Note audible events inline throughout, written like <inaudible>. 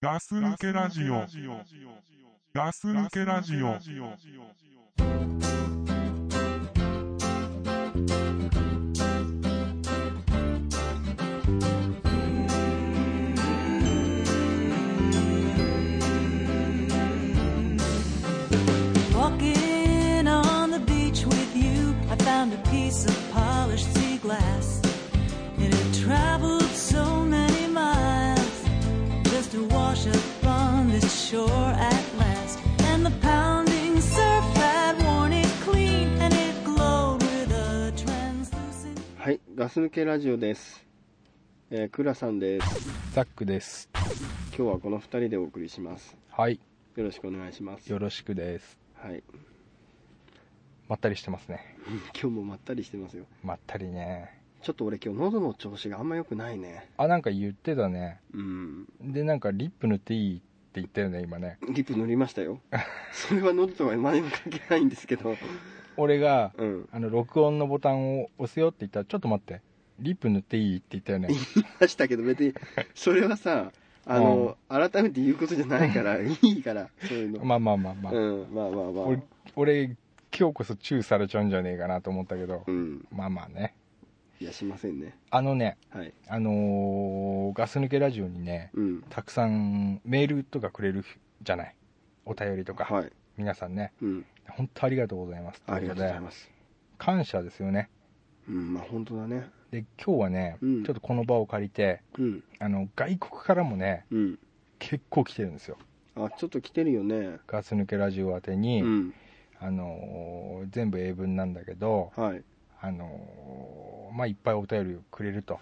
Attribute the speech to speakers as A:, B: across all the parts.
A: ガス抜けラジオ。ガス抜けラジオ。
B: Walking on the beach with you, I found a piece of polished sea glass. It had traveled so many miles just to wash up on this shore at last. And the pounding surf had worn it clean, and it glowed with a translucent.
C: はい、ガス抜けラジオです。えー、クラさんです。
D: ザックです。
C: 今日はこの2人でお送りします。
D: はい。
C: よろしくお願いします。
D: よろしくです。
C: はい、 <laughs>
D: まったりしてますね。
C: 今日もまったりしてますよ。
D: まったりね。
C: ちょっと俺今日喉の調子があんま良くないね。
D: あ、なんか言ってたね。
C: うん。
D: で、なんかリップ塗っていいって言ったよね、今ね。
C: リップ塗りました
D: <laughs>
C: よ。それは喉とは何も関係ないんですけど。
D: 俺が、
C: うん。
D: あの、録音のボタンを押すよって言ったら、ちょっと待って。リップ塗っていいって言ったよね。
C: 出したけど別に、それはさ、あの、改めて言うことじゃない
D: <laughs>
C: から、いいから、そういうの。
D: まあまあまあまあ。
C: うん、まあまあまあ
D: 俺。、俺、今日こそチューされちゃうんじゃねえかなと思ったけど
C: う。ん。
D: まあまあね。
C: いや、しませんね。
D: あのね、
C: はい。
D: あのーガス抜けラジオにね、
C: うん。
D: たくさんメールとかくれるじゃない。お便りとか。
C: はい。
D: 皆さんね。
C: うん。
D: 本当ありがとうございます。
C: ありがとうござい
D: というこ
C: ます。
D: とで感謝ですよね。
C: うん、まあ本当だね。
D: で、今日はね、
C: うん
D: ちょっとこの場を借りて、
C: うん、
D: あの、外国からもね、
C: うん。
D: 結構来てるんですよ。
C: あ、ちょっと来てるよね。
D: ガス抜けラジオ宛てに、
C: うん。
D: あのー全部英文なんだけど、
C: はい。
D: あのーまあ、いっぱいお便りをくれると。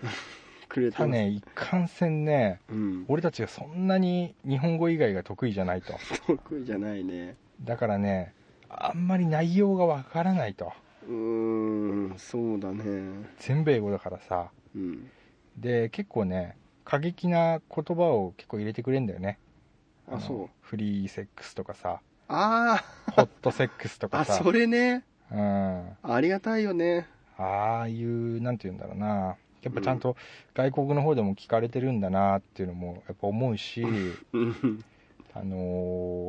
C: くれ
D: ただ
C: た。
D: ね、いかんせんね、
C: うん。
D: 俺たちがそんなに日本語以外が得意じゃないと。
C: 得意じゃないね。
D: だからね、あんまり内容がわからないと。
C: うーん、そうだね。
D: 全部英語だからさ、
C: うん。
D: で結構ね過激な言葉を結構入れてくれんだよね
C: あ、
D: の
C: そう。
D: フリーセックスとかさ <laughs>
C: あ
D: ホットセックスと
C: あ、
D: か
C: あ、
D: さ
C: それね。
D: うん、あ
C: ありがたいよね。
D: あいうなんて言うんだろうなやっぱちゃんと外国の方でも聞かれてるんだなっていうのもやっぱ思う
C: <laughs>
D: し
C: うん。
D: あの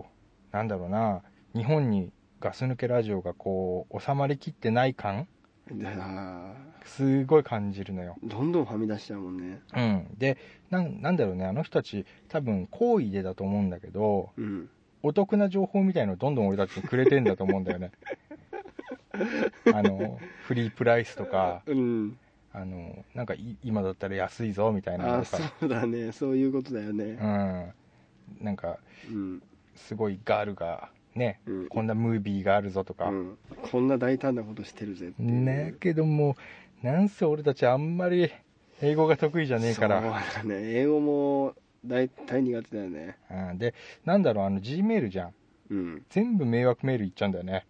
D: ーなんだろうな日本にガス抜けラジオがこう収まりきってない感
C: だから
D: すごい感じるのよ、
C: どんどんはみ出しちゃうもんね。
D: うん、でなんなんだろうねあの人たち多分好意でだと思うんだけど
C: うん。
D: お得な情報みたいのをどんどん俺たちにくれてんだと思うんだ
C: <laughs>
D: よね。あの、フリープライスとか、
C: うん。
D: あの、なんかい今だったら安いぞみたいなの
C: あ、
D: とか、
C: そうだね。そういうことだよ
D: う
C: ね。
D: ん。なんか、
C: うん。
D: すごいガールが、ね、
C: うん。
D: こんなムービーがあるぞとか。
C: うんこんな大胆なことしてるぜっていう
D: ね、けども、なんせ俺たちあんまり英語が得意じゃねえか
C: そう
D: ら。
C: だね。英語も大体苦手だよね。
D: うん、で、なんだろう、あの、G メールじゃん。
C: うん。
D: 全部迷惑メールいっちゃうんだよね。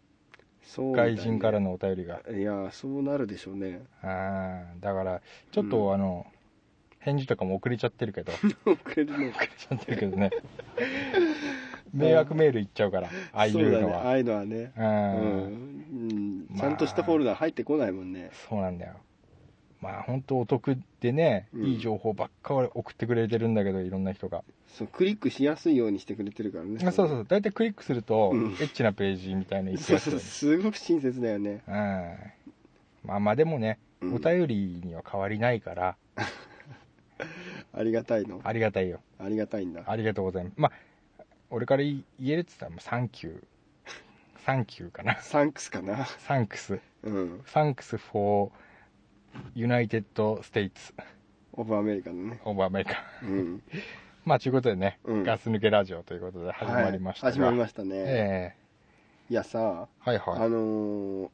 C: そうだね
D: 外人からのお便りが。
C: いやそうなるでしょう
D: <laughs>
C: ね
D: ああだからちょっ
C: うん
D: とあの、返事とかも遅れちゃって
C: <laughs>
D: るけど遅
C: 遅れるのか
D: れちゃってるけどね迷惑メールいっちゃうからああい
C: そう
D: う
C: だね
D: の
C: あ
D: は
C: あいうのはね
D: う、
C: うんん、うん
D: まあ
C: ちゃんとしたフォルダ入ってこないもんね
D: そうなんだよまあ本当お得でね、
C: うん
D: いい情報ばっかり送ってくれてるんだけどいろんな人が、
C: そうクリックしやすいようにしてくれてるからね
D: あそう
C: そ
D: そう大体クリックすると、
C: うん
D: エッチなページみたいなの
C: う
D: いっぱいあって
C: そうすごく親切だよね、
D: うんまあまあでもね、
C: うん
D: お便りには変わりないから
C: ありがたいの
D: ありがたいよ
C: ありがたいんだ
D: ありがとうございます。まあ、俺から言えるって言ったら、サンキュー。サンキューかな。 <laughs>
C: サンクスかな
D: サンクス。
C: うん
D: サンクス for United States
C: オブアメリカのね
D: of America。 <laughs>
C: うん
D: まあ、ということでね、
C: うん
D: ガス抜けラジオということで始まりましたが、
C: はい始まりま
D: し
C: したね、
D: え
C: いやさ
D: えはい
C: あ
D: はい。
C: のー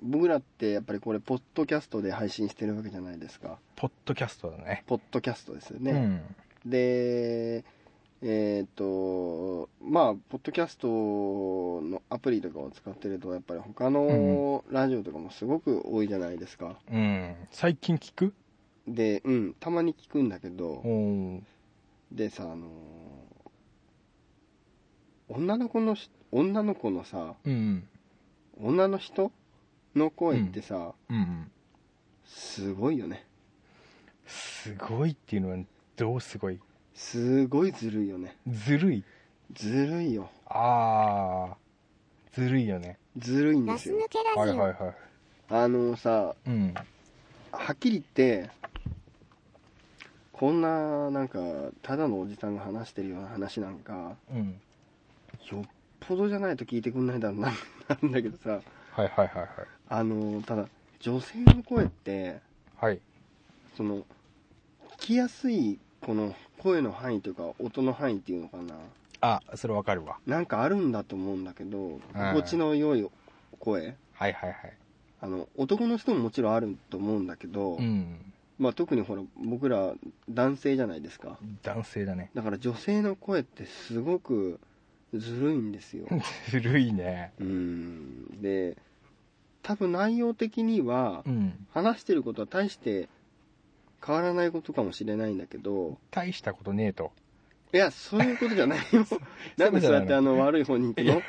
C: 僕らってやっぱりこれポッドキャストで配信してるわけじゃないですか
D: ポッドキャストだね。
C: ポッドキャストですよね、
D: うん。
C: でえっ、とまあポッドキャストのアプリとかを使ってるとやっぱり他のラジオとかもすごく多いじゃないですか、
D: うん。最近聞く
C: でうんたまに聞くんだけど
D: おー
C: でさあのー女の子のし女の子のさ
D: うん。
C: 女の人の声ってさ、
D: うん。
C: すごいよね
D: すごいっていうのは、どうすごい
C: すごいずるいよね
D: ずるい
C: ずるいよ
D: ああずるいよね
C: ずるいん
E: ガ
C: です
E: ス
C: よ
E: 抜け
D: は
E: ラ
D: い
E: ジオ。
D: はいは
C: あのさ
D: いうん
C: はっきり言ってこんななんかただのおじさんが話してるような話なんか
D: うん
C: よっぽどじゃないと聞いてくんないだろうな <laughs> なんだけどさ
D: はいはいはいはい
C: あのただ女性の声って
D: はい
C: その聞きやすいこの声の範囲というか音の範囲っていうのかな
D: あそれわかるわ
C: なんかあるんだと思うんだけど心地の良い声
D: はいはいはい
C: あの男の人ももちろんあると思うんだけど、
D: うん
C: まあ、特にほら僕ら男性じゃないですか
D: 男性だね
C: だから女性の声ってすごくずるいんですよ
D: ずるいね
C: うんで多分内容的には
D: うん
C: 話してることは大して変わらないことかもしれないんだけど
D: 大したことねえと
C: いやそういうことじゃないよなんで <laughs> そうやってあの悪い方に行く
D: いや
C: の
D: い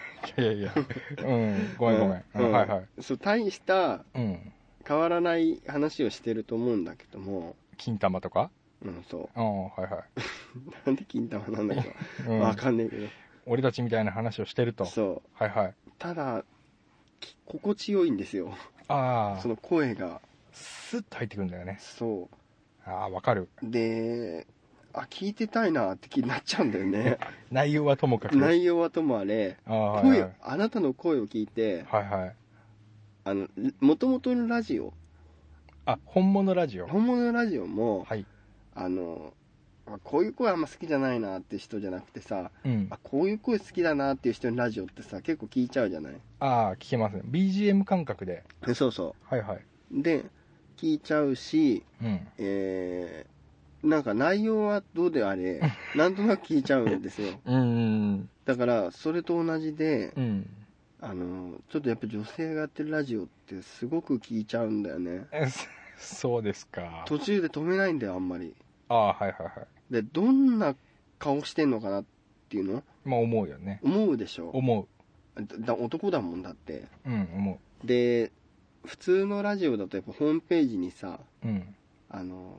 D: やいやうんごめんごめん、
C: う
D: うん、はいはい
C: そう大した
D: うん
C: 変わらない話をしてると思うんだけども
D: 金玉とか
C: うんそ
D: うんはいは
C: うなんで金玉なんだか
D: い、うん
C: わかんないけど、
D: 俺たちみたいな話をしてると
C: そ
D: はいはいう
C: ただき心地よいんですよ
D: あ
C: そ
D: あ
C: の声が
D: スッと入ってくるんだよね
C: そ
D: ああわかる
C: うであ聞いてたいなって気になっちゃうんだよ
D: <laughs>
C: ね
D: 内容はともかく
C: 内容はともあれ
D: ああはい
C: 声
D: は
C: をあなたの声を聞いて
D: い、はいはい、
C: あのもともとのラジオ
D: あ本物ラジオ
C: 本物のラジオも
D: はい
C: あのあこういう声あんま好きじゃないなって人じゃなくてさ
D: うん
C: あこういう声好きだなっていう人のラジオってさ結構聞いちゃうじゃない
D: ああ聞けますね BGM 感覚で
C: えそうそ
D: はいはいう
C: で聞いちゃうし
D: うん
C: えーなんか内容はどうであ
D: <laughs>
C: れなんとなく聞いちゃうんですよ
D: うん
C: だからそれと同じで
D: うん
C: あのちょっとやっぱ女性がやってるラジオってすごく聞いちゃうんだよね
D: えそ <laughs> そうですか
C: 途中で止めないんだよあんまり
D: ああはいはいはい
C: でどんな顔してんのかなっていうの
D: まあ思うよね
C: 思うでしょ
D: 思
C: だ男だもんだって
D: ううん思
C: で普通のラジオだとやっぱホームページにさ
D: ううん
C: あの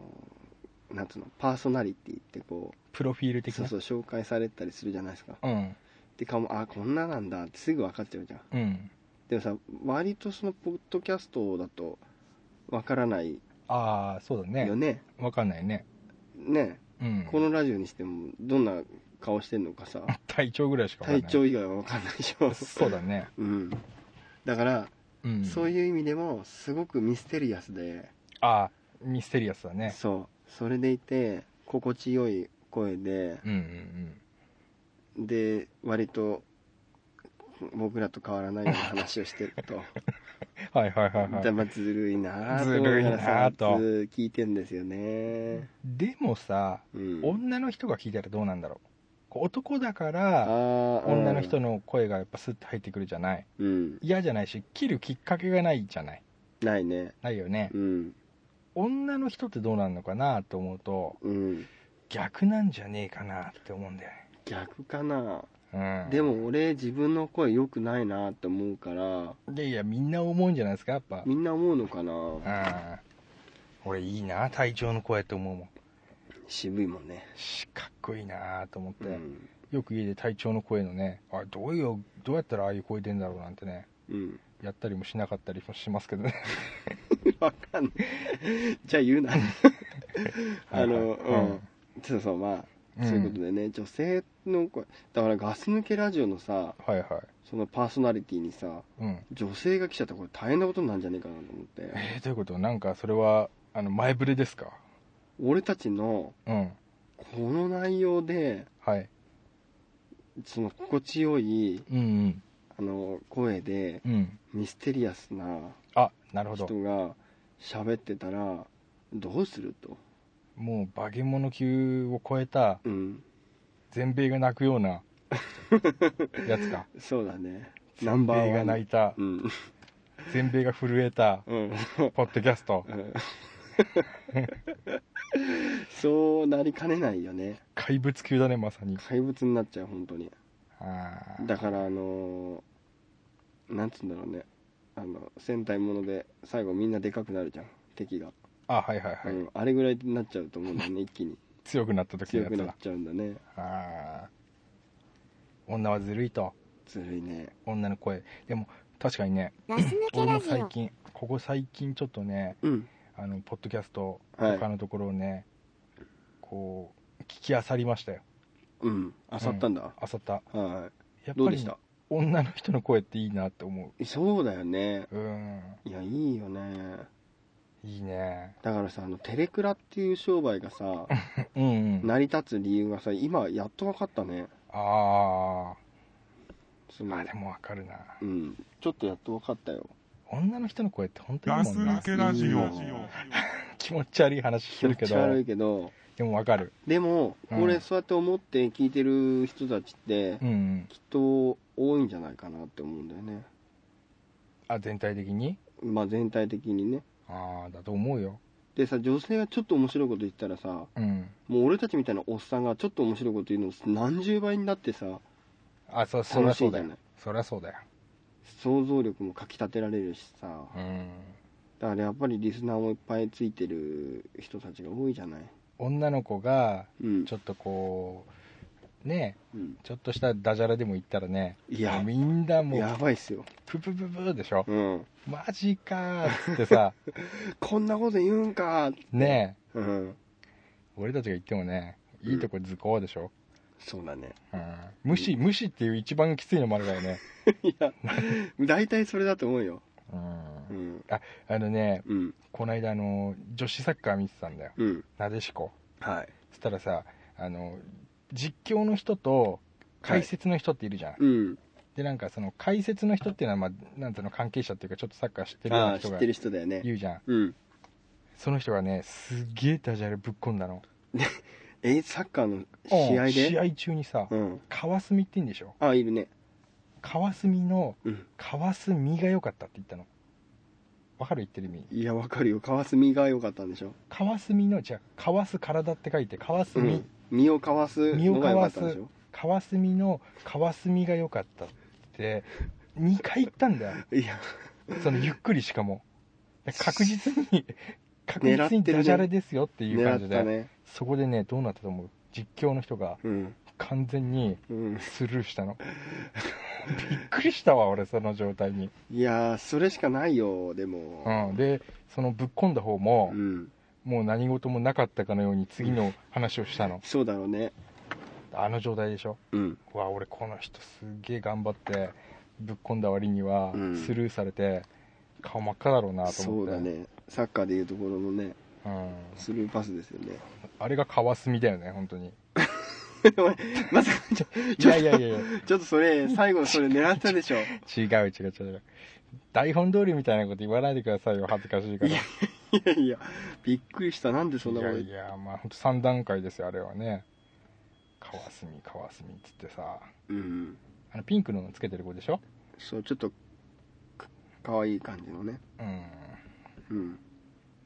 C: なんつうのパーソナリティってこ
D: プロフィール
C: う
D: 的
C: そう
D: な
C: そう紹介されたりするじゃないですか
D: うん
C: でかもあこんななんだってすぐ分かっちゃうじゃん
D: うん
C: でもさ割とそのポッドキャストだと分からない
D: ああそうだね
C: よね
D: わかんないね
C: ね
D: うん
C: このラジオにしてもどんな顔してんのかさ
D: 体調ぐらいしかわか
C: 体
D: んない
C: 調以外は分かんないでしょ
D: そうだね
C: うんだから、
D: うん
C: そういう意味でもすごくミステリアスで
D: ああミステリアスだね
C: そうそれでいて心地よい声で
D: うんうん
C: で割と僕らと変わらないような話をしてると
D: うんはいはいはいはい
C: だまあずるいなぁと
D: ずるい
C: 思
D: な
C: な
D: ぁと
C: 聞いてんですよね、
D: でもさ
C: うん、
D: 女の人が聞いたらどうなんだろうこう男だから
C: 女
D: 女の人の声がやっぱスッと入ってくるじゃない
C: うん
D: 嫌じゃないし切るきっかけがないじゃない
C: ないね
D: ないよね
C: うん
D: 女の人ってどうなるのかなと思うと
C: うん
D: 逆なんじゃねえかなって思うんだよ
C: 逆かな、
D: ねうん
C: でも俺自分の声良くないなって思うから
D: いやいやみんな思うんじゃないですかやっぱ
C: みんな思うのか
D: う
C: なん
D: 俺いいな隊長の声と思うもん
C: 渋いもんね
D: しかっこいいなと思って、
C: うん、
D: よく家で隊長の声のねあどういうどうやったらああいう声出んだろうなんてね
C: うん、 <laughs>
D: やったりもしなかったりもしますけどね <laughs>
C: わかんない <laughs> じゃあ言うな <laughs> あの
D: はいはい
C: うんそうそうまあそういうことでね、女性の声だからガス抜けラジオのさ
D: はいはい
C: そのパーソナリティにさ
D: うん
C: 女性が来ちゃったらこれ大変なことになるんじゃねえかなと思って
D: えー、どういうことなんかそれはあの前触れですか
C: 俺たちの
D: うん
C: この内容で
D: はい
C: その心地よい
D: うん
C: あの声で
D: うんうん
C: ミステリアスな
D: あなるほど
C: 人が喋ってたらどうすると、
D: もう化け物級を超えた
C: うん、
D: 全米が泣くようなやつか
C: そうだね <laughs> ナン
D: 全
C: バー
D: 米
C: ワ
D: が
C: ン
D: 泣いた
C: うん
D: 全米が震えた
C: うん <laughs>
D: ポッドキャスト
C: うんそうなりかねないよね
D: 怪物級だねまさに
C: 怪物になっちゃう本当に
D: あ
C: だからあのーなんつうんだろうねあの戦隊もので最後みんなでかくなるじゃん敵が、
D: ああはいはいはい、
C: うん、あれぐらいになっちゃうと思うんだよね一気に
D: 強くなった時の
C: <laughs> 強
D: や
C: く
D: つ
C: なっ
D: だ
C: ちゃうんだね
D: あー女はずるいと
C: ずるいね
D: 女の声でも確かにね
E: ガス抜け
D: 俺
E: ラ
D: も
E: ジ
D: 最
E: オ。
D: 近ここ最近ちょっとね
C: うん
D: あのポッドキャスト
C: はい
D: 他のところをね、こう聞き漁りましたよ
C: うんあさったんだ、
D: あさった
C: は
D: やっ
C: いどう
D: ぱ
C: で
D: り
C: した
D: 女の人の声っていいなって思
C: そうだよね
D: ううん
C: いやいいよね
D: いいね
C: だからさあのテレクラっていう商売が <laughs> さ
D: うん、うん、あ
C: 成り立つ理由がさ今やっと分かったね
D: あ
C: す
D: ー
C: ご
D: あ
C: い
D: でもわかるな
C: うんちょっとやっと分かったよ
D: 女の人の声って本当に
A: ガ
D: いいも
A: ス
D: んな
A: 抜けラジ
C: いい
A: オ
C: よ。
D: 気持ち悪い話してるけ
C: 気持ち
D: ど
C: 悪いけど
D: でもわかる
C: でも、
D: うん
C: 俺そうやって思って聞いてる人たちって、
D: うんうん
C: きっと多いんじゃないかなって思うんだよね
D: あ全体的に
C: まあ全体的にね
D: ああだと思うよ
C: でさ女性がちょっと面白いこと言ったらさも
D: うん
C: う俺たちみたいなおっさんがちょっと面白いこと言うの何十倍になってさ
D: あそそりゃ
C: 楽し
D: そ
C: いうじ
D: だ
C: ゃ
D: よ
C: ない
D: そりゃそうだよ
C: 想像力もかき立てられるしさ
D: うん
C: だからやっぱりリスナーもいっぱいついてる人たちが多いじゃない
D: 女の子が
C: うん
D: ちょっとこうね
C: うん
D: ちょっとしたダジャレでも言ったらね
C: いや
D: みんなも
C: や
D: う
C: ばいっすよ、
D: ププププでしょ
C: うん、
D: マジかーっつって <laughs> さ
C: こんなこと言うんか
D: ねえ
C: うん
D: 俺たちが言ってもねいいとこ図工でしょ、
C: そうだね
D: うん、無視無視っていう一番きついのもあるからね、
C: <laughs> いや大体それだと思うよう
D: う、
C: んん
D: あのね
C: うん
D: こないだあの女子サッカー見てたんだよ
C: うん
D: なでしこ
C: はい
D: そしたらさあの実況の人と解説の人っているじゃん、
C: うん
D: でなんかその解説の人っていうのは、まあ、なんていうの関係者っていうかちょっとサッカー知ってるよう
C: あ
D: な
C: あ知
D: 人
C: っ
D: が
C: てる人だよね
D: 言うじゃん
C: うん
D: その人がねすげえダジャレぶっ込んだの
C: えサッカーの試合
D: う
C: で
D: ん試合中にさ、
C: うん
D: 川澄って言うんでしょ
C: あいるね
D: 川澄の
C: うん
D: 川澄が良かったって言ったのわかる言ってる意味
C: いやわかるよ川澄が良かったんでしょ
D: 川澄のじゃ川す体って書いて川
C: う
D: 澄、
C: ん身をかわすのが良かったんでしょ
D: 川澄の川澄が良かったって2回言ったんだよ
C: いや
D: そのゆっくりしかも確実に確実にダジャレですよっていう感
C: 狙
D: じ
C: っ
D: で、
C: たね
D: そこでねどうなったと思う実況の人が
C: うん
D: 完全に
C: うん
D: スルーしたのびっくりしたわ俺その状態に、
C: いやーそれしかないよで
D: う
C: も
D: ん、でそのぶっ込んだ方も、
C: うん
D: もう何事もなかったかのように次の話をしたの、
C: そうだろうね
D: あの状態でしょ
C: うん
D: うわ俺この人すげえ頑張ってぶっ込んだ割には
C: うん
D: スルーされて、顔真っ赤だろうなと
C: そ
D: 思っ
C: う
D: て
C: だねサッカーでいうところのね
D: うん、
C: スルーパスですよね <laughs>
D: あれが川澄だよね本当に
C: まさかちょ <laughs>
D: い
C: ちょ
D: や
C: っ
D: いやいやいや
C: とちょっとそれ最後それ狙ってたでしょ
D: <laughs> 違う違う違う違う台本通りみたいなこと言わないでくださいよ恥ずかしいから
C: いやいやいやびっくりしたなんでそんなこ
D: い
C: と
D: やいやまあ本当3段階ですよあれはね川澄川澄っつってさ
C: うん
D: あのピンクのつけてる子でしょ
C: そうちょっとか可愛い感じのね
D: うん
C: うん、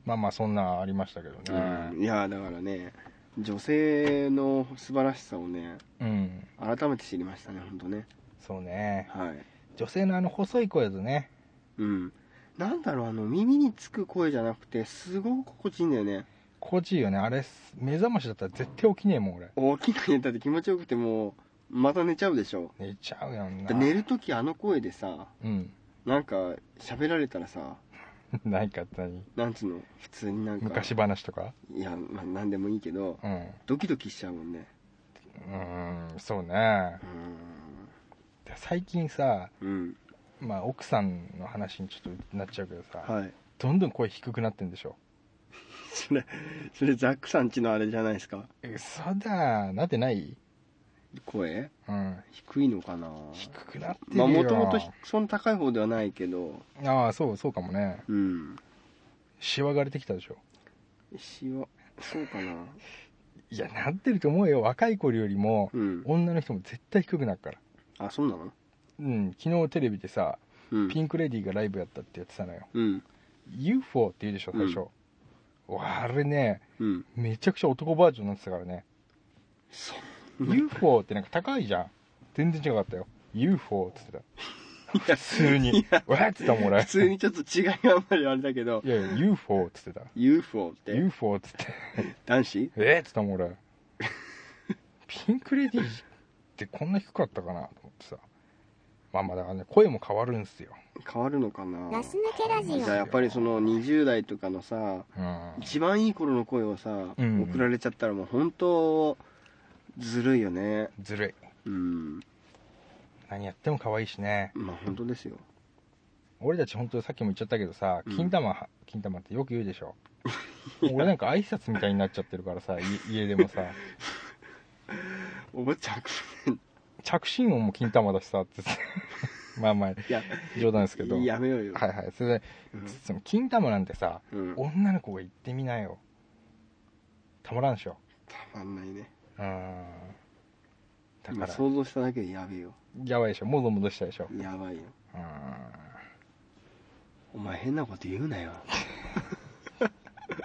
D: まあまあそんなんありましたけどね
C: いやだからね女性の素晴らしさをね
D: うん
C: 改めて知りましたね本当ね
D: そうね
C: はい
D: 女性のあの細い声でね
C: うんなんだろうあの耳につく声じゃなくてすごく心地いいんだよね
D: 心地いいよねあれ目覚ましだったら絶対起きねえもん俺
C: 大きく寝たって気持ちよくてもうまた寝ちゃうでしょ
D: 寝ちゃうやんな
C: で寝る時あの声でさ
D: うん <laughs>
C: なんか喋られたらさ
D: ないかったに
C: なんつうの普通になんか
D: 昔話とか
C: いや、まあ、なんでもいいけど
D: うんう
C: ドキドキしちゃうもんね
D: ーんそうねで最近さ、
C: うーんうん
D: まあ、奥さんの話にちょっとなっちゃうけどさ、
C: はい
D: どんどん声低くなってんでしょ
C: それそれザックさんちのあれじゃないですか
D: 嘘だなってない
C: 声
D: うん
C: 低いのかな
D: 低くなってる
C: ま
D: よ
C: あもともとそんな高い方ではないけど
D: ああそうそうかもね
C: うん
D: しわがれてきたでしょ
C: 塩そうかない
D: やなってると思うよ若い頃よりも
C: うん
D: 女の人も絶対低くなるから
C: あそうなの
D: うん昨日テレビでさ
C: うん
D: ピンクレディーがライブやったって言ってたのよ
C: うん
D: UFO って言うでしょ最初、わあれね
C: うん
D: めちゃくちゃ男バージョンになってたからね
C: そ
D: UFO ってなんか高いじゃん全然違かったよ UFO っつってた
C: いや
D: 普通に「わっ!」っつったもん俺
C: 普通にちょっと違いがあんまりあれだけど
D: いやいや UFO っつってた
C: UFO って
D: UFO っつって
C: 男子
D: 「えっ!」っつったもん俺ピンク・レディーってこんな低かったかなと思ってさまあまあだからね声も変わるんすよ、
C: 変わるのかな
E: ガス抜けラジ
C: じゃあ
E: オ
C: やっぱりその20代とかのさ
D: うん、
C: 一番いい頃の声をさ、
D: うん
C: 送られちゃったらもう本当ずるいよね
D: ずる
C: う
D: い
C: ん
D: 何やっても可愛いしね
C: まあ本当ですよ
D: 俺たち本当さっきも言っちゃったけどさ
C: うん
D: 金玉、金玉ってよく言うでしょ俺なんか挨拶みたいになっちゃってるからさい家でもさ
C: お坊ちゃんく
D: 着信音も金玉だしさってさ <laughs> まあまあ
C: いや
D: 冗談ですけどはい
C: やめようよ、
D: はいそれで
C: う
D: その金玉なんてさ
C: んうん、
D: 女の子が言ってみなよたまらんでしょ
C: たまんないね
D: うんだ
C: 今
D: から
C: 想像しただけでやべえよ
D: やばいでしょもぞもぞしたでしょ
C: やばいよ
D: うん
C: お前変なこと言うなよ、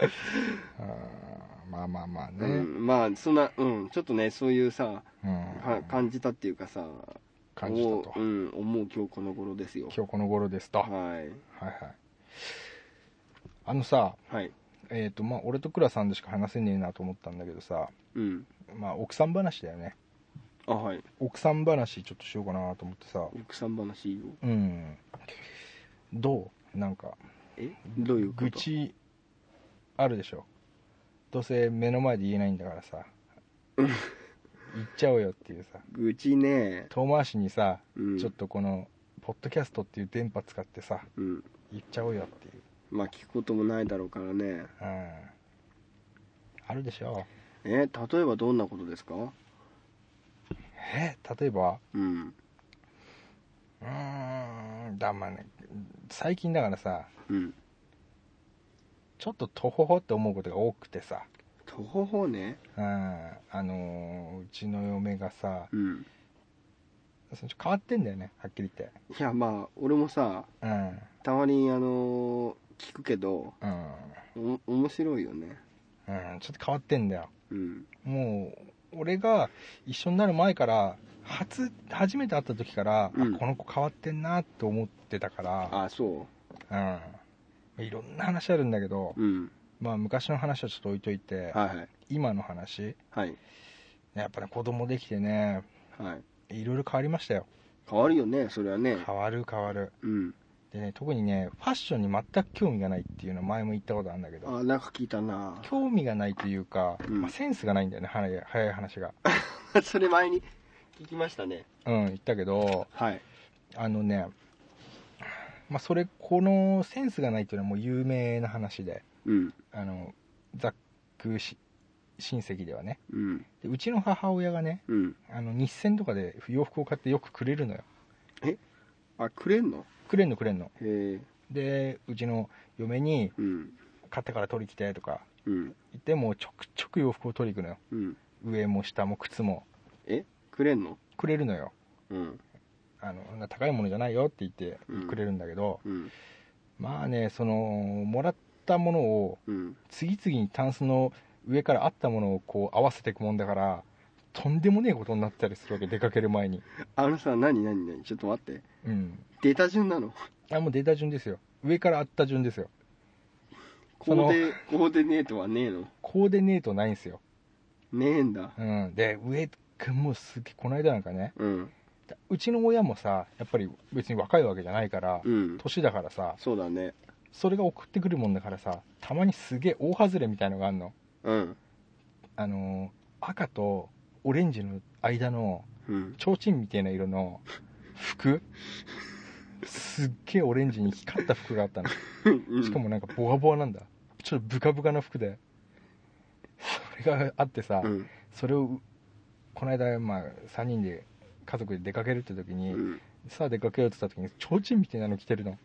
D: うんまあまあまあ
C: う
D: ね
C: ん、まあそんなうんちょっとねそういうさ
D: うん
C: か感じたっていうかさ
D: 感じたと
C: 思ううん、思う今日この頃ですよ
D: 今日この頃ですとはい
C: はい
D: はいあのさ
C: はい
D: えっ、とまあ俺と倉さんでしか話せねえなと思ったんだけどさ
C: うん
D: まあ奥さん話だよね
C: あはい
D: 奥さん話ちょっとしようかなと思ってさ
C: 奥さん話いいよ
D: うんどうなんか
C: えどういうこと
D: 愚痴あるでしょどうせ目の前で言えないんだからさ言っちゃおうよっていうさ
C: 愚痴ね
D: 遠回しにさ、
C: うん
D: ちょっとこのポッドキャストっていう電波使ってさ
C: うん
D: 言っちゃおうよっていう、
C: まあ聞くこともないだろうからね
D: うん、あるでしょ
C: え例えばどんなことですか
D: え例えば
C: うん
D: うーんだまあね最近だからさ
C: うん
D: ちょっととほほって思うことが多くてさ、
C: とほほね
D: うん、あのーうちの嫁がさ
C: うん
D: その変わってんだよねはっきり言って
C: いやまあ俺もさ
D: うん
C: たまにあのー聞くけど
D: うん、
C: お面白いよね
D: うん、ちょっと変わってんだよ
C: うん
D: もう俺が一緒になる前から初初めて会った時から、
C: うん
D: あこの子変わってんなって思ってたか
C: あそ
D: ら、うん、いろんな話あるんだけど、
C: ううん
D: まあ、昔の話はちょっと置いといて、
C: はいはい
D: 今の話
C: はい
D: やっぱね子供できてね
C: はい
D: いろいろ変わりましたよ
C: 変わるよねそれはね
D: 変わる変わる
C: うん
D: でね特にねファッションに全く興味がないっていうのは前も言ったことあるんだけど
C: あなんか聞いたな
D: 興味がないというか、
C: うん
D: まあ、センスがないんだよね早い早い話が
C: <laughs> それ前に聞きましたね
D: うん言ったけど
C: はい
D: あのね、まあ、それ、このセンスがないというのはもう有名な話で、
C: うん
D: あの、ざっくし親戚ではね。
C: うん
D: でうちの母親がね、
C: うん
D: あの、日銭とかで洋服を買ってよくくれるのよ。
C: あくれんの
D: くれんのくれんの。
C: へえ
D: で、うちの嫁に、
C: うん
D: 買ってから取り来てとか
C: うん
D: 言って、もうちょくちょく洋服を取り行くのよ。
C: うん
D: 上も下も靴も
C: えくれんの
D: くれるのよ。
C: うん
D: あの、そんな高いものじゃないよって言って
C: うん
D: くれるんだけど、
C: うん
D: まあね、その、もらったものを、
C: うん
D: 次々にタンスの上からあったものをこう合わせていくもんだからとんでもねえことになったりするわけ出かける前に
C: あのさ何何何ちょっと待って
D: うん
C: 出た順なの
D: あもうデータ順ですよ上からあった順ですよ
C: コ
D: その
C: ーデコーデネートはねえの
D: コーディネートないんですよ、
C: ねえんだ
D: うん、で上君もすげえこの間なんかね
C: うん
D: うちの親もさやっぱり別に若いわけじゃないから、
C: うん
D: 年だからさ
C: そうだね
D: それが送ってくるもんだからさたまにすげえ大外れみたいのがあるの
C: うん
D: あのー赤とオレンジの間の
C: うん
D: 提灯みたいな色の服すっげえオレンジに光った服があったのしかもなんかボワボワなんだちょっとブカブカな服でそれがあってさ、
C: うん
D: それをこの間、まあ、3人で家族で出かけるって時
C: う
D: に、
C: ん
D: さあ出かけようって言った時に提灯みたいなの着てるの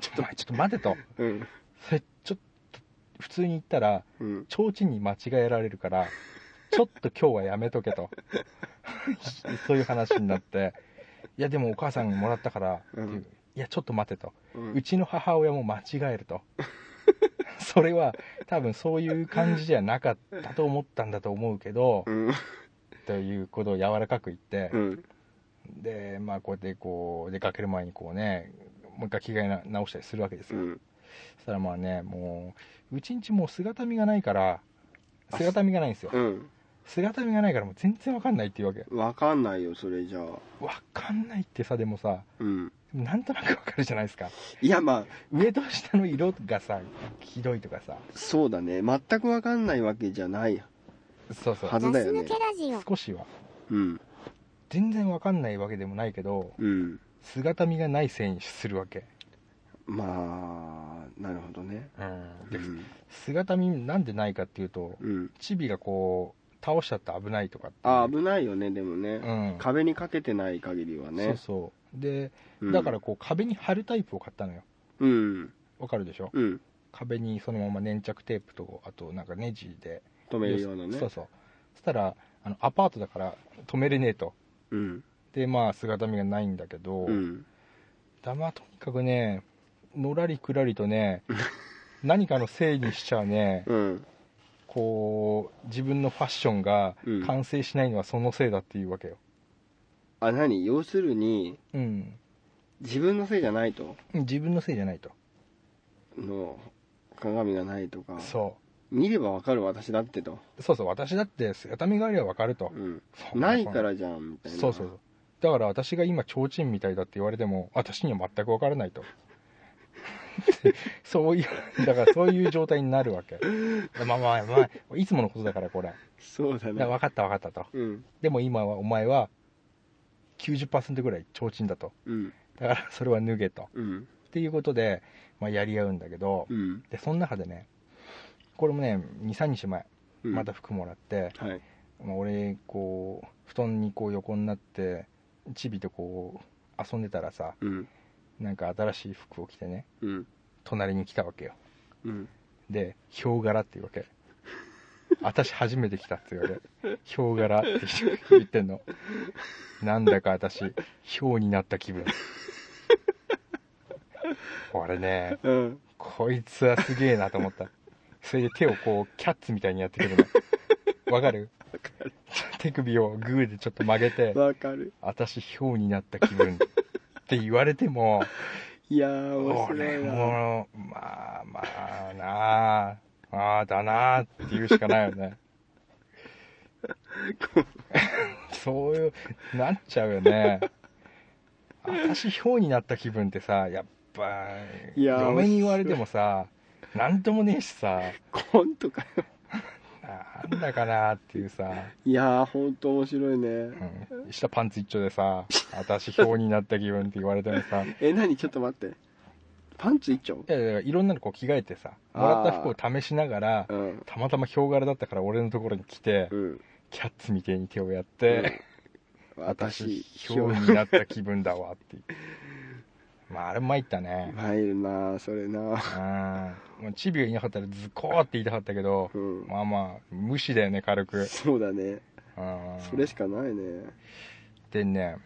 D: ちょっとちょっと待てと
C: うん
D: それちょっと普通に言ったら
C: うん
D: 提灯に間違えられ
C: <laughs>
D: るから、ちょっと今日はやめとけ <laughs> と。そういう話になって、いやでもお母さんにもらったから、っていう
C: うん
D: いやちょっと待てと。
C: う
D: うちの母親も間違えると。 <laughs> それは多分そういう感じじゃなかったと思ったんだと思うけど、
C: ん
D: ということを柔らかく言って
C: う、ん
D: で、まあこうやってこう出かける前にこうね、もう一回着替えな直したりするわけです
C: う
D: よ。
C: ん
D: そしたらまあね、もう、うちんちもう姿見がないから、
C: あ
D: 姿見がないんですよ。
C: うん
D: 姿見がないからもう全然わかんないっていうわけ
C: わかんないよ、それじゃあ。
D: わかんないってさでもさ
C: うん。
D: なんとなくわかるじゃないですか
C: いや、まあ、
D: 上と下の色がさひどいとかさ
C: そうだね。全くわかんないわけじゃない
D: そうそう
C: はずだよ
E: 抜
C: ね
E: け。ラジオ
D: 少しは
C: うん。
D: 全然わかんないわけでもないけど
C: うん。
D: 姿見がないせいにするわけ、
C: まあ、なるほどね。
D: うん、
C: う
D: で
C: ん。
D: 姿見なんでないかっていうと
C: うん。
D: チビがこう倒しちゃって危ないとかっていう
C: あ、危ないよね、でもね。
D: うん
C: 壁にかけてない限りは
D: そう
C: ね。
D: そうで
C: うん
D: だから、こう壁に貼るタイプを買ったのよ
C: うん。
D: わかるでしょ
C: うん。
D: 壁にそのまま粘着テープとあとなんかネジで
C: 止めるようなね。
D: そうそうそしたらあのアパートだから止めれねえと
C: うん。
D: でまあ姿見がないんだけど、
C: うん。
D: だまあとにかくねのらりくらり
C: <laughs>
D: とね何かのせいにしちゃね
C: うん。
D: こう自分のファッションが
C: うん
D: 完成しないのはそのせいだっていうわけよ
C: あ、何要するに、
D: うん
C: 自分のせいじゃないと。
D: 自分のせいじゃないと
C: の、鏡がないとか。
D: そ
C: 見ればわかる私だってと。
D: うそうそう私だって姿見がありゃ分かると、
C: うん。
D: そん
C: ない
D: そ
C: か
D: ん
C: らじゃん、みたいな。
D: そうそうそうだから私が今提灯みたいだって言われても私には全く分からないと <laughs> そういうだからそういう状態になるわけまあまあまあいつものことだからこれ
C: そうだ
D: だから
C: ね。
D: 分かった分かったと
C: うん。
D: でも今はお前は90%ぐらい提灯だと
C: うん。
D: だからそれは脱げと
C: うん。
D: っていうことで、まあ、やり合うんだけど
C: うん。
D: でその中でねこれもね23日前
C: うん
D: また。服もらって、
C: はい。
D: まあ、俺こう布団にこう横になってチビとこう遊んでたらさ
C: うん。
D: なんか新しい服を着てね
C: うん。
D: 隣に来たわけよ
C: うん。
D: でヒョウ柄っていうわけ私初めて来たって言われヒョウ柄って言ってんのなんだか私ヒョウになった気分俺ね
C: うん。
D: こいつはすげえなと思 <laughs> ったそれで手をこうキャッツみたいにやってくるのわかる手首をグーでちょっと曲げて
C: わかる。
D: 私ヒョウになった気分って言われても
C: いやー、面白
D: 俺
C: いな。
D: もうまあまあなあああだなあって言うしかないよ
C: <laughs>
D: ねそういうなっちゃうよね私ひょうになった気分ってさやっぱ
C: いや
D: 嫁に言われてもさなんともねえしさ
C: コントかよ。
D: なんだかなあっていうさ、
C: いやー、ほんと面白いね。
D: うん、下パンツ一丁でさ私ひょうになった気分って言われてもさ
C: え、何ちょっと待って。パンツ一丁
D: いやいやいやいろんなのこう着替えてさもらった服を試しながら
C: うん。
D: たまたまヒョウ柄だったから俺のところに来て、
C: うん。
D: キャッツみてえに手をやって、
C: 私、
D: 私ヒョウになった気分だわっていうまああれ参ったね
C: 入るなー、それな
D: うんもうチビがいなかったらズコーって言いたかったけど
C: うん。
D: まあまあ無視だよね軽く
C: そうだね。
D: うん
C: それしかないね。
D: でね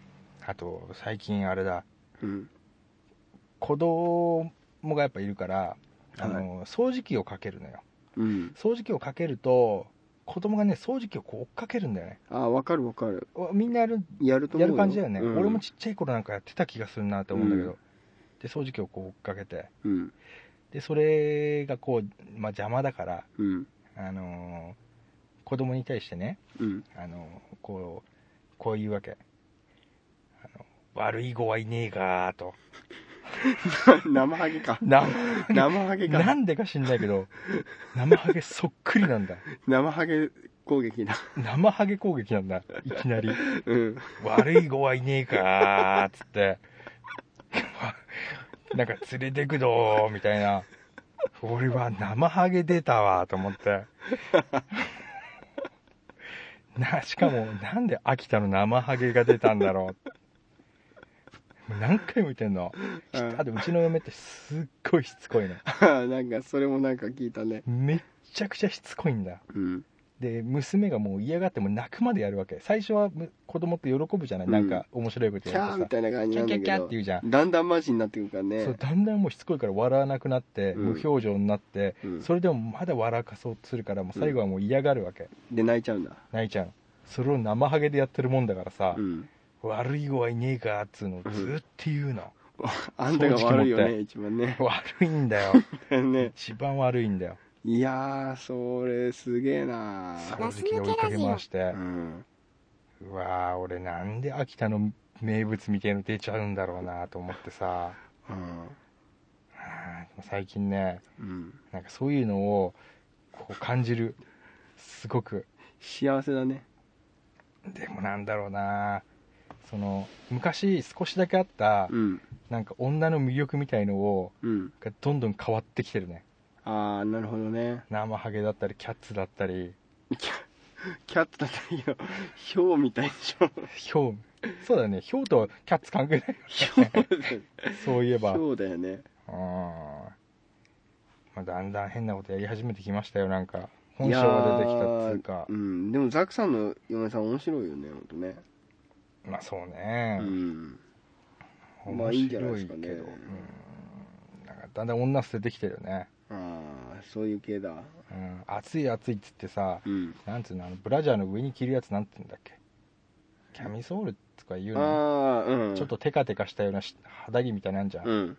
D: あと最近あれだ
C: うん。
D: 子供がやっぱいるからあの、掃除機をかけるのよ
C: うん。
D: 掃除機をかけると子供がね掃除機をこう追っかけるんだよね
C: あー、わかるわかる。
D: おみんなやる
C: やると思
D: や
C: う
D: る感じだよね、
C: うん
D: 俺もちっちゃい頃なんかやってた気がするなと思うんだけど、
C: うん
D: で掃除機をこう追っかけて
C: うん。
D: でそれがこう、まあ、邪魔だから、
C: うん。
D: あのー子供に対してね、 <laughs>
C: うん。
D: あのーこうこういうわけあの悪い子はいねえがーと
C: 生ハゲか。
D: な
C: 生ハゲ
D: な
C: か。
D: んでか知んないけど生ハゲそっくりなんだ
C: 生ハゲ攻撃だ。
D: 生ハゲ攻撃なんだいきなり
C: うん。 <laughs>
D: 悪い子はいねえかーっつって <laughs> なんか連れてくどーみたいな俺は生ハゲ出たわーと思って <laughs> なしかもなんで秋田の生ハゲが出たんだろうもう何回も言ってんの
C: うん
D: あとうちの嫁ってすっごいしつこいの
C: なんか、それもなんか聞いたね。
D: めっちゃくちゃしつこいんだ
C: うん。
D: で娘がもう嫌がってもう泣くまでやるわけ最初はむ子供って喜ぶじゃない、
C: うん
D: なんか面白いこと
C: キ
D: や
C: ャ
D: ると
C: ー
D: さ
C: みたいな感じ
D: キ
C: な
D: ャ
C: ん
D: キ
C: だ
D: ャキ
C: け
D: ャっ
C: ど
D: て言うじゃん、
C: だんだんマジになってくるから
D: そう
C: ね
D: だんだんもうしつこいから笑わなくなって、
C: うん
D: 無表情になって、
C: うん
D: それでもまだ笑かそうとするからもう最後はもう嫌がるわけ、
C: で泣いちゃうんだ
D: 泣いちゃうそれを生ハゲでやってるもんだからさ、
C: うん
D: 悪い子はいねえかっつうのをずーっと言うの、 <laughs>
C: あんたが悪いよ
D: 正直持
C: ね一番ね
D: 悪いんだよ
C: ね
D: 一番悪いんだよ
C: いやー、それすげえな
D: サルキで追いかけ回して
C: う、ん。
D: うわー、俺なんで秋田の名物みたいの出ちゃうんだろうなと思ってさ、
C: うん。
D: あーでも最近ね、
C: うん。
D: なんかそういうのをこう感じる。すごく。
C: 幸せだね。
D: でもなんだろうなその、昔少しだけあった、
C: うん。
D: なんか女の魅力みたいのを、
C: うん。
D: がどんどん変わってきてるね。
C: あー、なるほどね。
D: 生ハゲだったり、キャッツだったり、
C: キャキャットだったらいいよ。 <laughs> ヒョウみたいでしょ。
D: ヒョウ。そうだね、ヒョウとキャッツ関係ない <laughs> よ
C: ヒョウだよね
D: ね。そういえば。
C: ヒ
D: う
C: ョ
D: ん。
C: ウだよね。
D: まあ、だんだん変なことやり始めてきましたよ、なんか。本性が出てきたっつうか
C: いやー。うん。でもザクさんの嫁さん面白いよね、ほんとね。
D: まあそう
C: う
D: ね。
C: ん。うんまあ
D: 面
C: いいんじゃないで
D: 白
C: す
D: い
C: かね
D: けど。うん。なんかだんだん女捨ててきてるよね。
C: あー、そういう系だ。
D: うん。暑い暑いっつってさ、
C: うん。
D: なんつうの、あのブラジャーの上に着るやつなんて言うんだっけ。キャミソールとか言うの
C: あー、うん。
D: ちょっとテカテカしたようなし肌着みたいなんじゃん、
C: うん。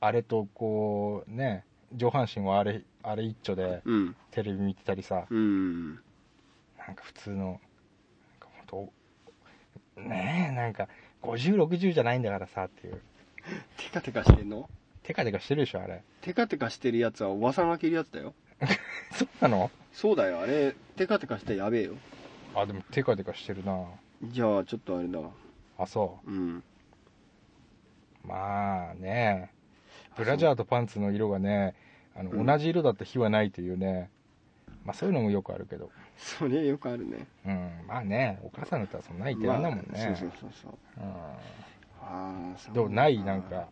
D: あれとこうね上半身はあれあれ一丁で
C: うん。
D: テレビ見てたりさ
C: うん。
D: なんか普通のなんか本当ねえなんか5060じゃないんだからさっていう
C: テカテカしてんの
D: テカテカしてるでしょあれ
C: テカテカしてるやつはおばさんが着るやつだよ。
D: そうなの
C: そうだよ、あれ、テカテカしたらやべえよ。
D: あでもテカテカしてるな
C: じゃあ、ちょっとあれだ。
D: あそ
C: うん。
D: うまあねブラジャーとパンツの色がねあの同じ色だった日はないというね、まあそういうのもよくあるけど
C: それよくあるね。
D: うんまあねお母さんだったらそんな言ってらんだもんね、
C: まあそうそうそうそう。
D: う
C: ああ、そ
D: ん
C: う。
D: どうないなんか。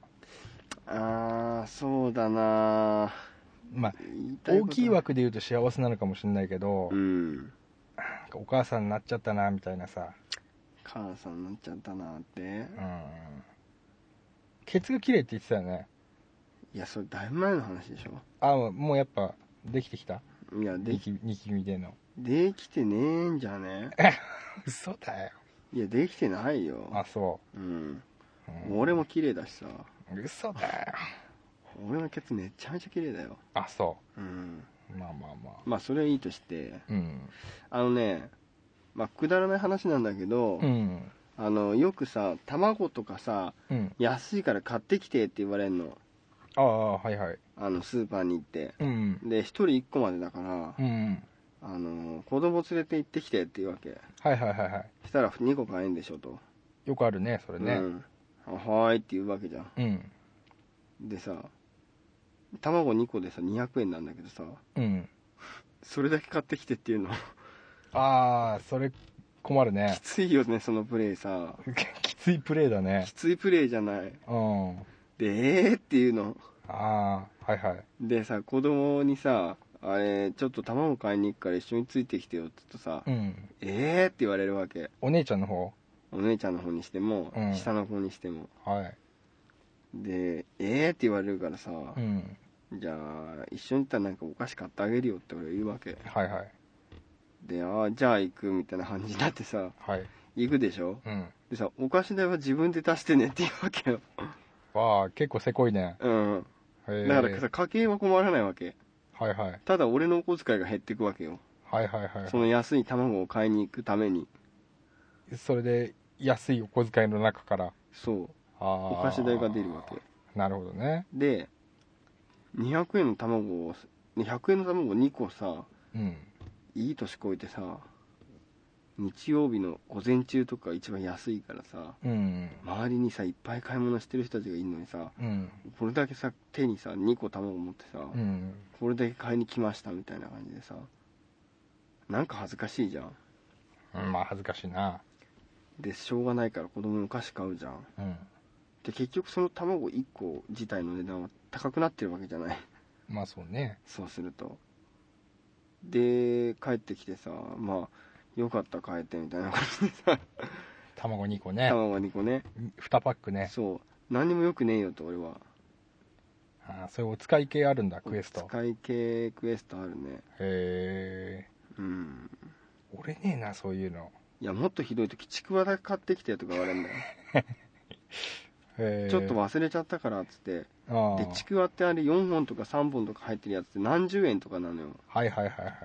C: ああ、そうだな。
D: まあ
C: 言たこと
D: 大きい。枠で言うと幸せなのかもしれないけど、
C: うん。
D: なんかお母さんになっちゃったなみたいなさ、
C: 母さんになっちゃったなって
D: う。ん、ケツが綺麗って言ってたよね
C: いや、それだいぶ前の話でしょ。
D: あもうやっぱできてきた
C: いや、で
D: ニ
C: き、
D: キニキビでの
C: できてねえんじゃね
D: 嘘だよ
C: いや、できてないよ。
D: あそ
C: うん。
D: う、
C: 俺も綺麗だしさ。
D: うん、嘘だよ
C: 俺のケツめちゃめちゃ綺麗だよ。
D: あそ
C: うん。
D: うまあまあまあ
C: まあ、それはいいとして。
D: うん
C: あのね、まあ、くだらない話なんだけど、
D: うん
C: あの、よくさ、卵とかさ、
D: うん
C: 安いから買ってきてって言われるの。
D: ああはいはい
C: あの、スーパーに行って。
D: うん
C: で、一人一個までだから、
D: うん
C: あの、子供連れて行ってきてっていうわけ。
D: はいはいはいはい
C: したら2個買えんでしょと。
D: よくあるねそれね
C: うん。あはーいって言うわけじゃん。
D: うん
C: でさ、卵2個でさ、200円なんだけどさ、
D: うん、
C: それだけ買ってきてっていうの、 <laughs>
D: ああそれ困るね <laughs>
C: きついよね、そのプレイさ。
D: きついプレーだね
C: き。ついプレイじゃない。
D: うん。
C: で、えーっていうの。
D: ああ、はいはい。
C: でさ子供にさあれちょっと卵買いに行くから一緒についてきてよって言うとさ「
D: うん。
C: えー」って言われるわけ
D: お姉ちゃんの方
C: お姉ちゃんの方にしても、
D: うん
C: 下の方にしても
D: はい。
C: で「えー」って言われるからさ、
D: うん。
C: じゃあ一緒に行ったらなんかお菓子買ってあげるよって俺は言うわけ
D: はいはい。
C: で「あーじゃあ行く」みたいな感じになってさ
D: はい。
C: 行くでしょ
D: うん。
C: でさお菓子代は自分で足してねって言うわけよ
D: わあ、結構せこいね。
C: うん
D: へえ。
C: だからさ家計は困らないわけ
D: はいはい。
C: ただ俺のお小遣いが減ってくわけよ
D: はいはいはい
C: そ。の安い卵を買いに行くために
D: それで、安いお小遣いの中から、
C: そう
D: ああ。
C: お菓子代が出るわけ
D: なるほどね。
C: で200円の卵をね100円の卵2個さ
D: うん。
C: いい年こいてさ日曜日の午前中とか一番安いからさ
D: うん。
C: 周りにさいっぱい買い物してる人たちがいるのにさ
D: うん。
C: これだけさ手にさ2個卵持ってさ、
D: うん。
C: これだけ買いに来ましたみたいな感じでさなんか恥ずかしいじゃん
D: うんまあ、恥ずかしいな。
C: でしょうがないから子供にお菓子買うじゃん
D: うん。
C: で結局その卵1個自体の値段は高くなってるわけじゃない <laughs>
D: まあそうね。
C: そうするとで帰ってきてさまあよかった帰ってみたいな感じでさ
D: 卵2個ね。
C: 卵2個ね
D: 2パックね。
C: そう何にもよくねえよと俺は
D: ああ、そういうお使い系あるんだ、クエスト。
C: 使い系クエストあるね
D: へえ。
C: うん
D: 俺ねえな、そういうの。
C: いやもっとひどい時ちくわだけ買ってきてとか言われるんだよ
D: へー
C: ちょっと忘れちゃったからっつって
D: あ
C: で
D: ー
C: ちくわってあれ4本とか3本とか入ってるやつって何十円とかなのよ
D: はいはいはいはいはい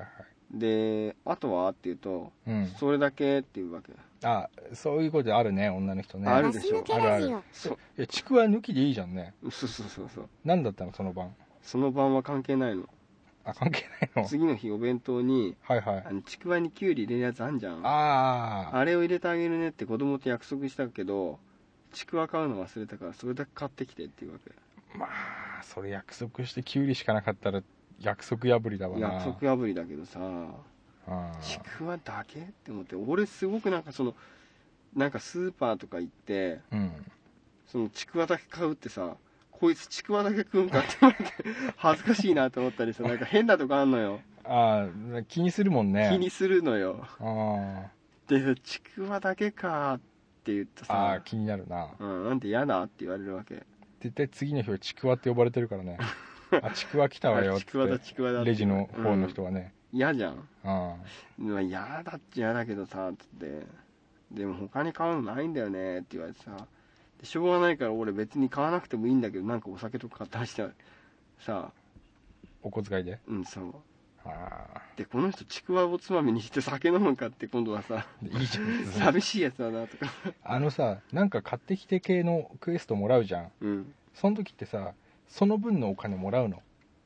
C: であとはっていうと、
D: うん
C: それだけっていうわけ
D: あそういうことあるね女の人ね
C: ある
E: ガ
C: で
E: ス
C: し
E: 抜
C: ょ
E: けラジ
D: あるあ
E: オ
C: そ
D: いやちくわ抜きでいいじゃんね
C: うそうそうそうそう
D: 何だったのその晩
C: その晩は関係ないの
D: あ関係ないの
C: 次の日お弁当に
D: はいはい
C: あのちくわにきゅうり入れるやつあんじゃんあ
D: ああ
C: れを入れてあげるねって子供と約束したけどちくわ買うの忘れたからそれだけ買ってきてっていうわけ
D: まあそれ約束してキュウリしかなかったら約束破りだわな
C: 約束破りだけどさ
D: あ
C: ちくわだけって思って俺すごくなんかそのなんかスーパーとか行って
D: ーうん
C: そのちくわだけ買うってさこいつちくわだけ食うんかって思って <laughs> 恥ずかしいなと思ったりさなんか変なとこあんのよ
D: ああ気にするもんね
C: 気にするのよ
D: あ
C: でちくわだけかって言って
D: ーあー
C: さ
D: 気になるな
C: うん、なんて嫌だって言われるわけ
D: 絶対次の日はちくわって呼ばれて
C: <laughs>
D: るからねあちくわ来たわよっ
C: ちくわだ
D: て
C: ちくわだって
D: レジの方の人はね、
C: 嫌じゃん
D: あ
C: うわ嫌だっちゃ嫌だけどさつってでも他に買うのないんだよねって言われてさでしょうがないから俺別に買わなくてもいいんだけどなんかお酒とか買ったりしてさ
D: ーお小遣いで
C: うんそう
D: ああ
C: でこの人ちくわをおつまみにして酒飲むかって今度はさ
D: でいいじゃん別
C: <laughs>
D: に
C: 寂しいやつだなとか
D: あのさなんか買ってきて系のクエストもらうじゃん
C: うん
D: その時ってさその分のお金もらうの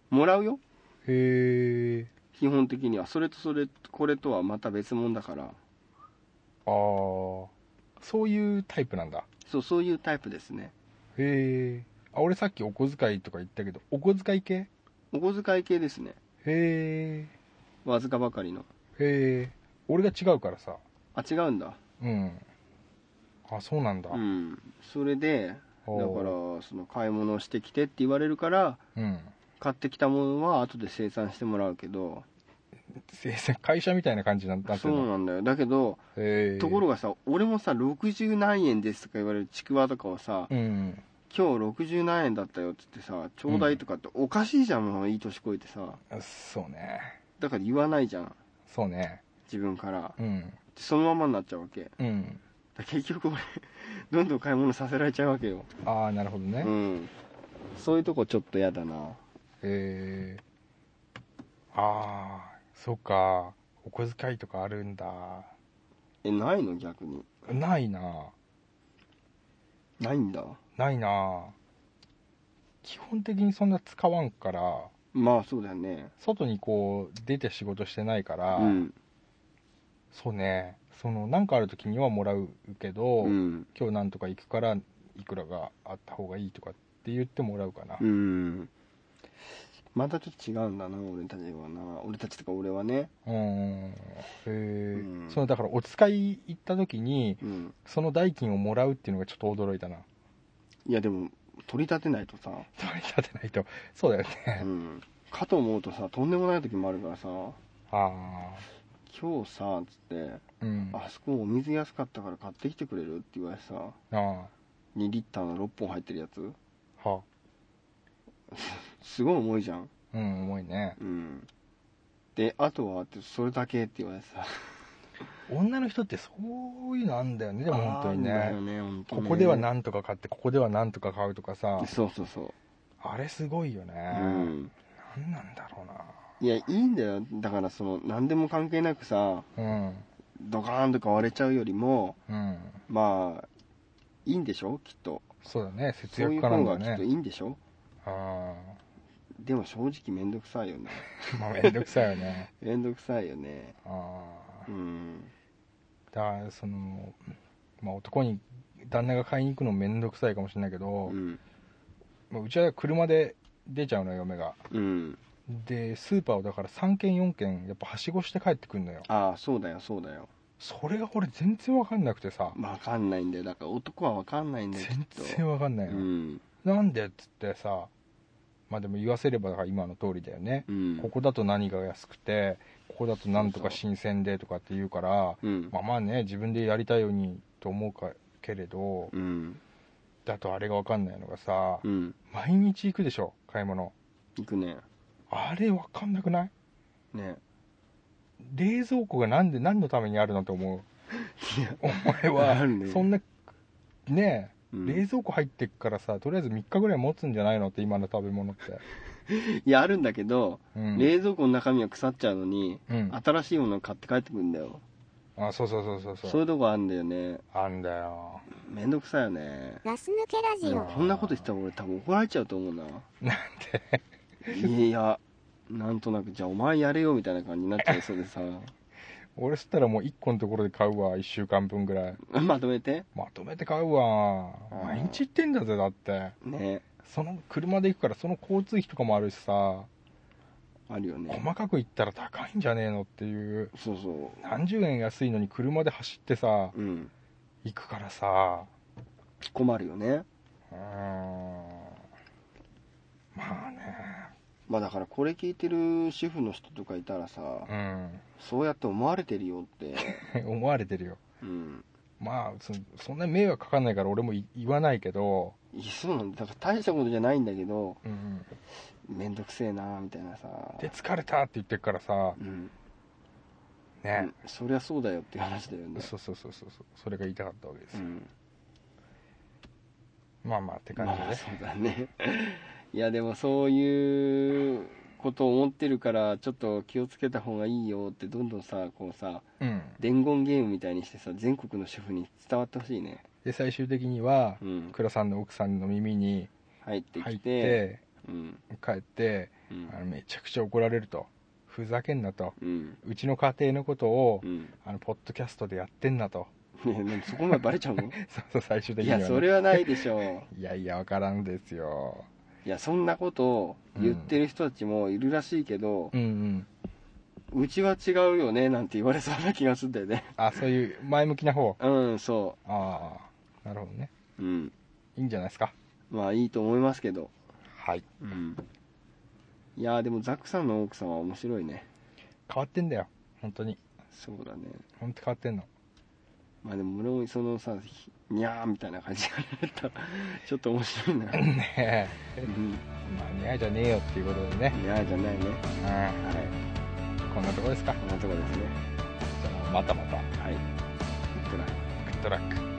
C: もらうよ
D: へえ
C: 基本的にはそれとそれこれとはまた別物だから
D: ああそういうタイプなんだ
C: そうそういうタイプですね
D: へえあ俺さっきお小遣いとか言ったけどお小遣い系
C: お小遣い系ですね
D: へ
C: わずかばかりの
D: えへえ俺が違うからさ
C: あ違うんだ
D: うんあそうなんだ、
C: うんそれでだから
D: お
C: その買い物をしてきてって言われるから
D: うん
C: 買ってきたものは後で生産してもらうけど
D: 生産 <laughs> 会社みたいな感じにななって
C: そ
D: る
C: う
D: の
C: なんだよだけど
D: へえ
C: ところがさ俺もさ60何円ですとか言われるちくわとかをさ
D: うん
C: 今日60何円だったよっつってさちょうだいとかっておかしいじゃんもういい年こいてさ
D: そうね
C: だから言わないじゃん
D: そうね
C: 自分から
D: うん
C: そのままになっちゃうわけだか
D: うん
C: ら結局俺 <laughs> どんどん買い物させられちゃうわけよ
D: ああなるほどね、
C: うんそういうとこちょっと嫌だな
D: えー、ああそうかお小遣いとかあるんだ
C: えないの逆に
D: ないな
C: ないんだ
D: ないな基本的にそんな使わんから
C: まあそうだよね
D: 外にこう出て仕事してないから、
C: うん
D: そうねその何かある時にはもらうけど、
C: うん
D: 今日なんとか行くからいくらがあった方がいいとかって言ってもらうかな、
C: うんまたちょっと違うんだな俺たちはな俺たちとか俺はね
D: うーんへえ、
C: うん
D: そのだからお使い行った時に
C: うん
D: その代金をもらうっていうのがちょっと驚いたない
C: やでも取り立てないと
D: <laughs>
C: さ、
D: 取り立てないとそうだよ
C: う
D: ね
C: ん、かと思うとさとんでもない時もあるからさ
D: あ
C: 今日さつって
D: あうんあ
C: あそこお水安かったから買ってきてくれるって言われてさ
D: あは
C: 2リッターの6本入ってるやつ
D: あ
C: すごい重いじゃん
D: うん重いね
C: うんであとはってそれだけって言われてさ
D: 女の人ってそういうのあんだよねでも本当に
C: あ
D: ね
C: ーだよね本当
D: こ
C: ね
D: こではなんとか買ってここではなんとか買うとかさ
C: そうそうそう
D: あれすごいよね、
C: う
D: なん、
C: ん
D: 何なんだろ
C: いやいいんだよだからその何でも関係なくさ
D: うなうん
C: ドカーンとか割れちゃうよりも
D: うん
C: まあいいんでしょきっと
D: そうだね節
C: そうい
D: 約
C: う方
D: 家なん
C: が
D: だ
C: きっと
D: ね
C: いいんでしょ
D: あ
C: でも正直めんどくさいよね <laughs>
D: あまあ面倒くさいよね <laughs>
C: めんどくさいよね
D: ああ
C: うん
D: だからその、まあ、男に旦那が買いに行くの面倒くさいかもしれないけど、
C: うん
D: まあ、うちは車で出ちゃうのよ嫁が
C: うん
D: でスーパーをだから3軒4軒やっぱはしごして帰ってくんのよ
C: ああそうだよそうだよ
D: それが俺全然わかんなくてさ
C: わかんないんだよだから男はわかんないんだよきっ
D: 全
C: と
D: 然わかんないの、
C: うん
D: なんでっつってさまあでも言わせればだから今の通りだよね、
C: うん
D: ここだと何が安くてここだとなんとか新鮮でとかって言うから
C: うん
D: まあまあね自分でやりたいようにと思うかけれど
C: うん
D: だとあれがわかんないのがさ
C: うん
D: 毎日行くでしょ買い物
C: 行くね
D: あれわかんなくない
C: ね
D: 冷蔵庫がなんで何のためにあるのと思う
C: いや
D: お前
C: あ
D: は
C: るね
D: そんなねえ
C: うん
D: 冷蔵庫入ってっからさとりあえず3日ぐらい持つんじゃないのって今の食べ物って、
C: いやあるんだけど、
D: うん、
C: 冷蔵庫の中身は腐っちゃうのに、
D: うん
C: 新しいものを買って帰ってくるんだよ
D: あそうそうそうそう
C: そ
D: そう
C: いううとこあるんだよね
D: あんだよ
C: めんどくさいよね
E: ガス抜けラジ
D: う
E: オ
D: ん
C: こんなこと言ってたら俺多分怒られちゃうと思うな
D: なんで
C: いやなんとなくじゃあお前やれよみたいな感じになっちゃいそうでさ <laughs>
D: 俺そしたらもう1個のところで買うわ1週間分ぐらい
C: まとめて
D: まとめて買うわ
C: うん
D: 毎日行ってんだぜだって
C: ね
D: その車で行くからその交通費とかもあるしさ
C: あるよね
D: 細かく言ったら高いんじゃねえのっていう
C: そうそ
D: 何十円安いのに車で走ってさ
C: ううん
D: 行くからさ
C: 困るよね
D: うーんまあね
C: まあだからこれ聞いてる主婦の人とかいたらさ、そうやって思われてるよって、
D: <laughs> うん <laughs> 思われてるよ
C: うん、
D: まあそそんなに迷惑かかんないから俺もい言わないけど、
C: いやそうなんだだから大したことじゃないんだけど
D: うん、
C: めんどくせえなみたいなさ
D: で疲れたって言ってるからさ
C: うん、う
D: ね
C: ん、そりゃそうだよって話だよね
D: そうそうそうそうそうそれが言いたかったわけです
C: う
D: よ、
C: ん
D: まあまあって感じ
C: まあ
D: で
C: そうだね <laughs> いやでもそういうことを思ってるからちょっと気をつけた方がいいよってどんどんさこうさ
D: うん
C: 伝言ゲームみたいにしてさ全国の主婦に伝わってほしいね
D: で最終的には
C: うん
D: 倉さんの奥さんの耳に
C: 入って
D: 入
C: き
D: ってて
C: うん
D: 帰って
C: うん
D: あのめちゃくちゃ怒られるとふざけんなと
C: うん
D: うちの家庭のことを
C: うんね
D: あのポッドキャストでやってんなと <laughs>
C: えなんでそこ <laughs> までバレちゃうの
D: そうそう最終的
C: い
D: には、
C: や
D: ね、
C: それはないでしょ <laughs>
D: いやいやわからんですよ
C: ういやそんなことを言ってる人たちもいるらしいけど
D: う、んうん
C: うちは違うよねなんて言われそうな気がするんだよね
D: あそういう前向きな方
C: うんそ
D: ああなるほどね
C: ううん
D: いいんじゃないですか
C: まあいいと思いますけど
D: はい
C: うんいやーでもザックさんの奥さんは面白いね
D: 変わってんだよ本当に
C: そうだね
D: 本当変わってんの <laughs>
C: まあでも俺もそのさひにゃーみたいな感じが出 <laughs> たちょっと面白 <laughs> いな、う
D: ね
C: ん、
D: えまあ似合いじゃねえよっていうことでね、
C: にゃーじゃないね
D: う
C: はい
D: ん、こんなとこですか
C: こんなとこですね
D: じゃあまたまた
C: はいいってら
D: グッドラック